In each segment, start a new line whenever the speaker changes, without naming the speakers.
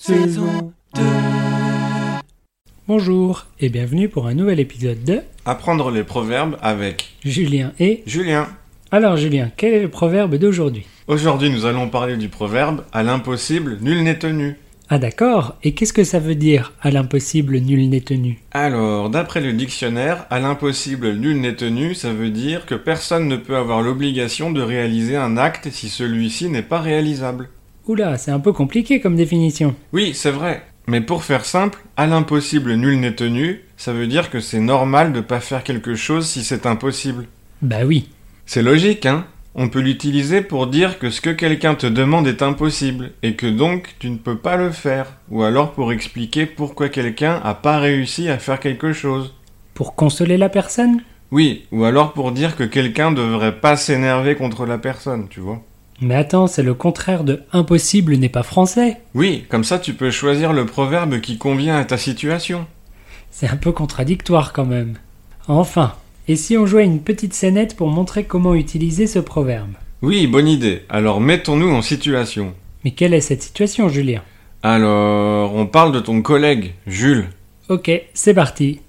saison 2.
Bonjour et bienvenue pour un nouvel épisode de
Apprendre les proverbes avec
Julien et...
Julien.
Alors Julien, quel est le proverbe d'aujourd'hui
Aujourd'hui, nous allons parler du proverbe à l'impossible, nul n'est tenu.
Ah d'accord, et qu'est-ce que ça veut dire à l'impossible nul n'est tenu
Alors, d'après le dictionnaire, à l'impossible, nul n'est tenu, ça veut dire que personne ne peut avoir l'obligation de réaliser un acte si celui-ci n'est pas réalisable.
Oula, c'est un peu compliqué comme définition.
Oui, c'est vrai. Mais pour faire simple, à l'impossible, nul n'est tenu, ça veut dire que c'est normal de pas faire quelque chose si c'est impossible.
Bah oui,
C'est logique, hein On peut l'utiliser pour dire que ce que quelqu'un te demande est impossible, et que donc tu ne peux pas le faire, ou alors pour expliquer pourquoi quelqu'un a pas réussi à faire quelque chose.
pour consoler la personne
Oui, ou alors pour dire que quelqu'un devrait pas s'énerver contre la personne, tu vois.
Mais attends, c'est le contraire de impossible n'est pas français.
Oui, comme ça tu peux choisir le proverbe qui convient à ta situation.
C'est un peu contradictoire quand même. Enfin, et si on jouait une petite scénette pour montrer comment utiliser ce proverbe
Oui, bonne idée. Alors mettons-nous en situation.
Mais quelle est cette situation Julien
Alors, on parle de ton collègue, Jules.
Ok, c'est parti.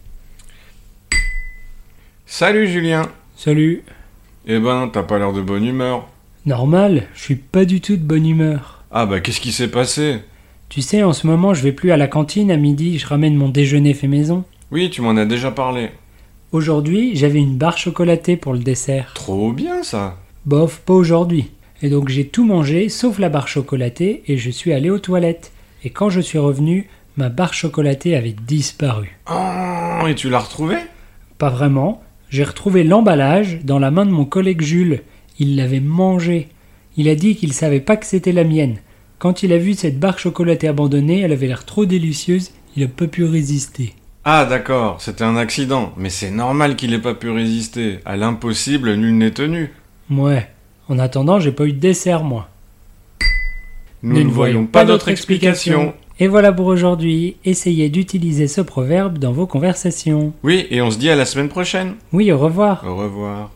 Salut Julien
Salut.
Eh ben, t'as pas l'air de bonne humeur.
Normal, je suis pas du tout de bonne humeur.
Ah bah qu'est-ce qui s'est passé
Tu sais, en ce moment, je vais plus à la cantine à midi, je ramène mon déjeuner fait maison.
Oui, tu m'en as déjà parlé.
Aujourd'hui, j'avais une barre chocolatée pour le dessert.
Trop bien ça
Bof, pas aujourd'hui. Et donc j'ai tout mangé sauf la barre chocolatée et je suis allé aux toilettes. Et quand je suis revenu, ma barre chocolatée avait disparu.
Oh, et tu l'as retrouvé
Pas vraiment, j'ai retrouvé l'emballage dans la main de mon collègue Jules. Il l'avait mangée. Il a dit qu'il savait pas que c'était la mienne. Quand il a vu cette barre chocolatée abandonnée, elle avait l'air trop délicieuse, il a pas pu résister.
Ah d'accord, c'était un accident, mais c'est normal qu'il ait pas pu résister. À l'impossible, nul n'est tenu.
Ouais, en attendant, j'ai pas eu de dessert moi.
Nous, ne voyons pas d'autre explication.
Et voilà pour aujourd'hui, essayez d'utiliser ce proverbe dans vos conversations.
Oui, et on se dit à la semaine prochaine.
Oui, au revoir.
Au revoir.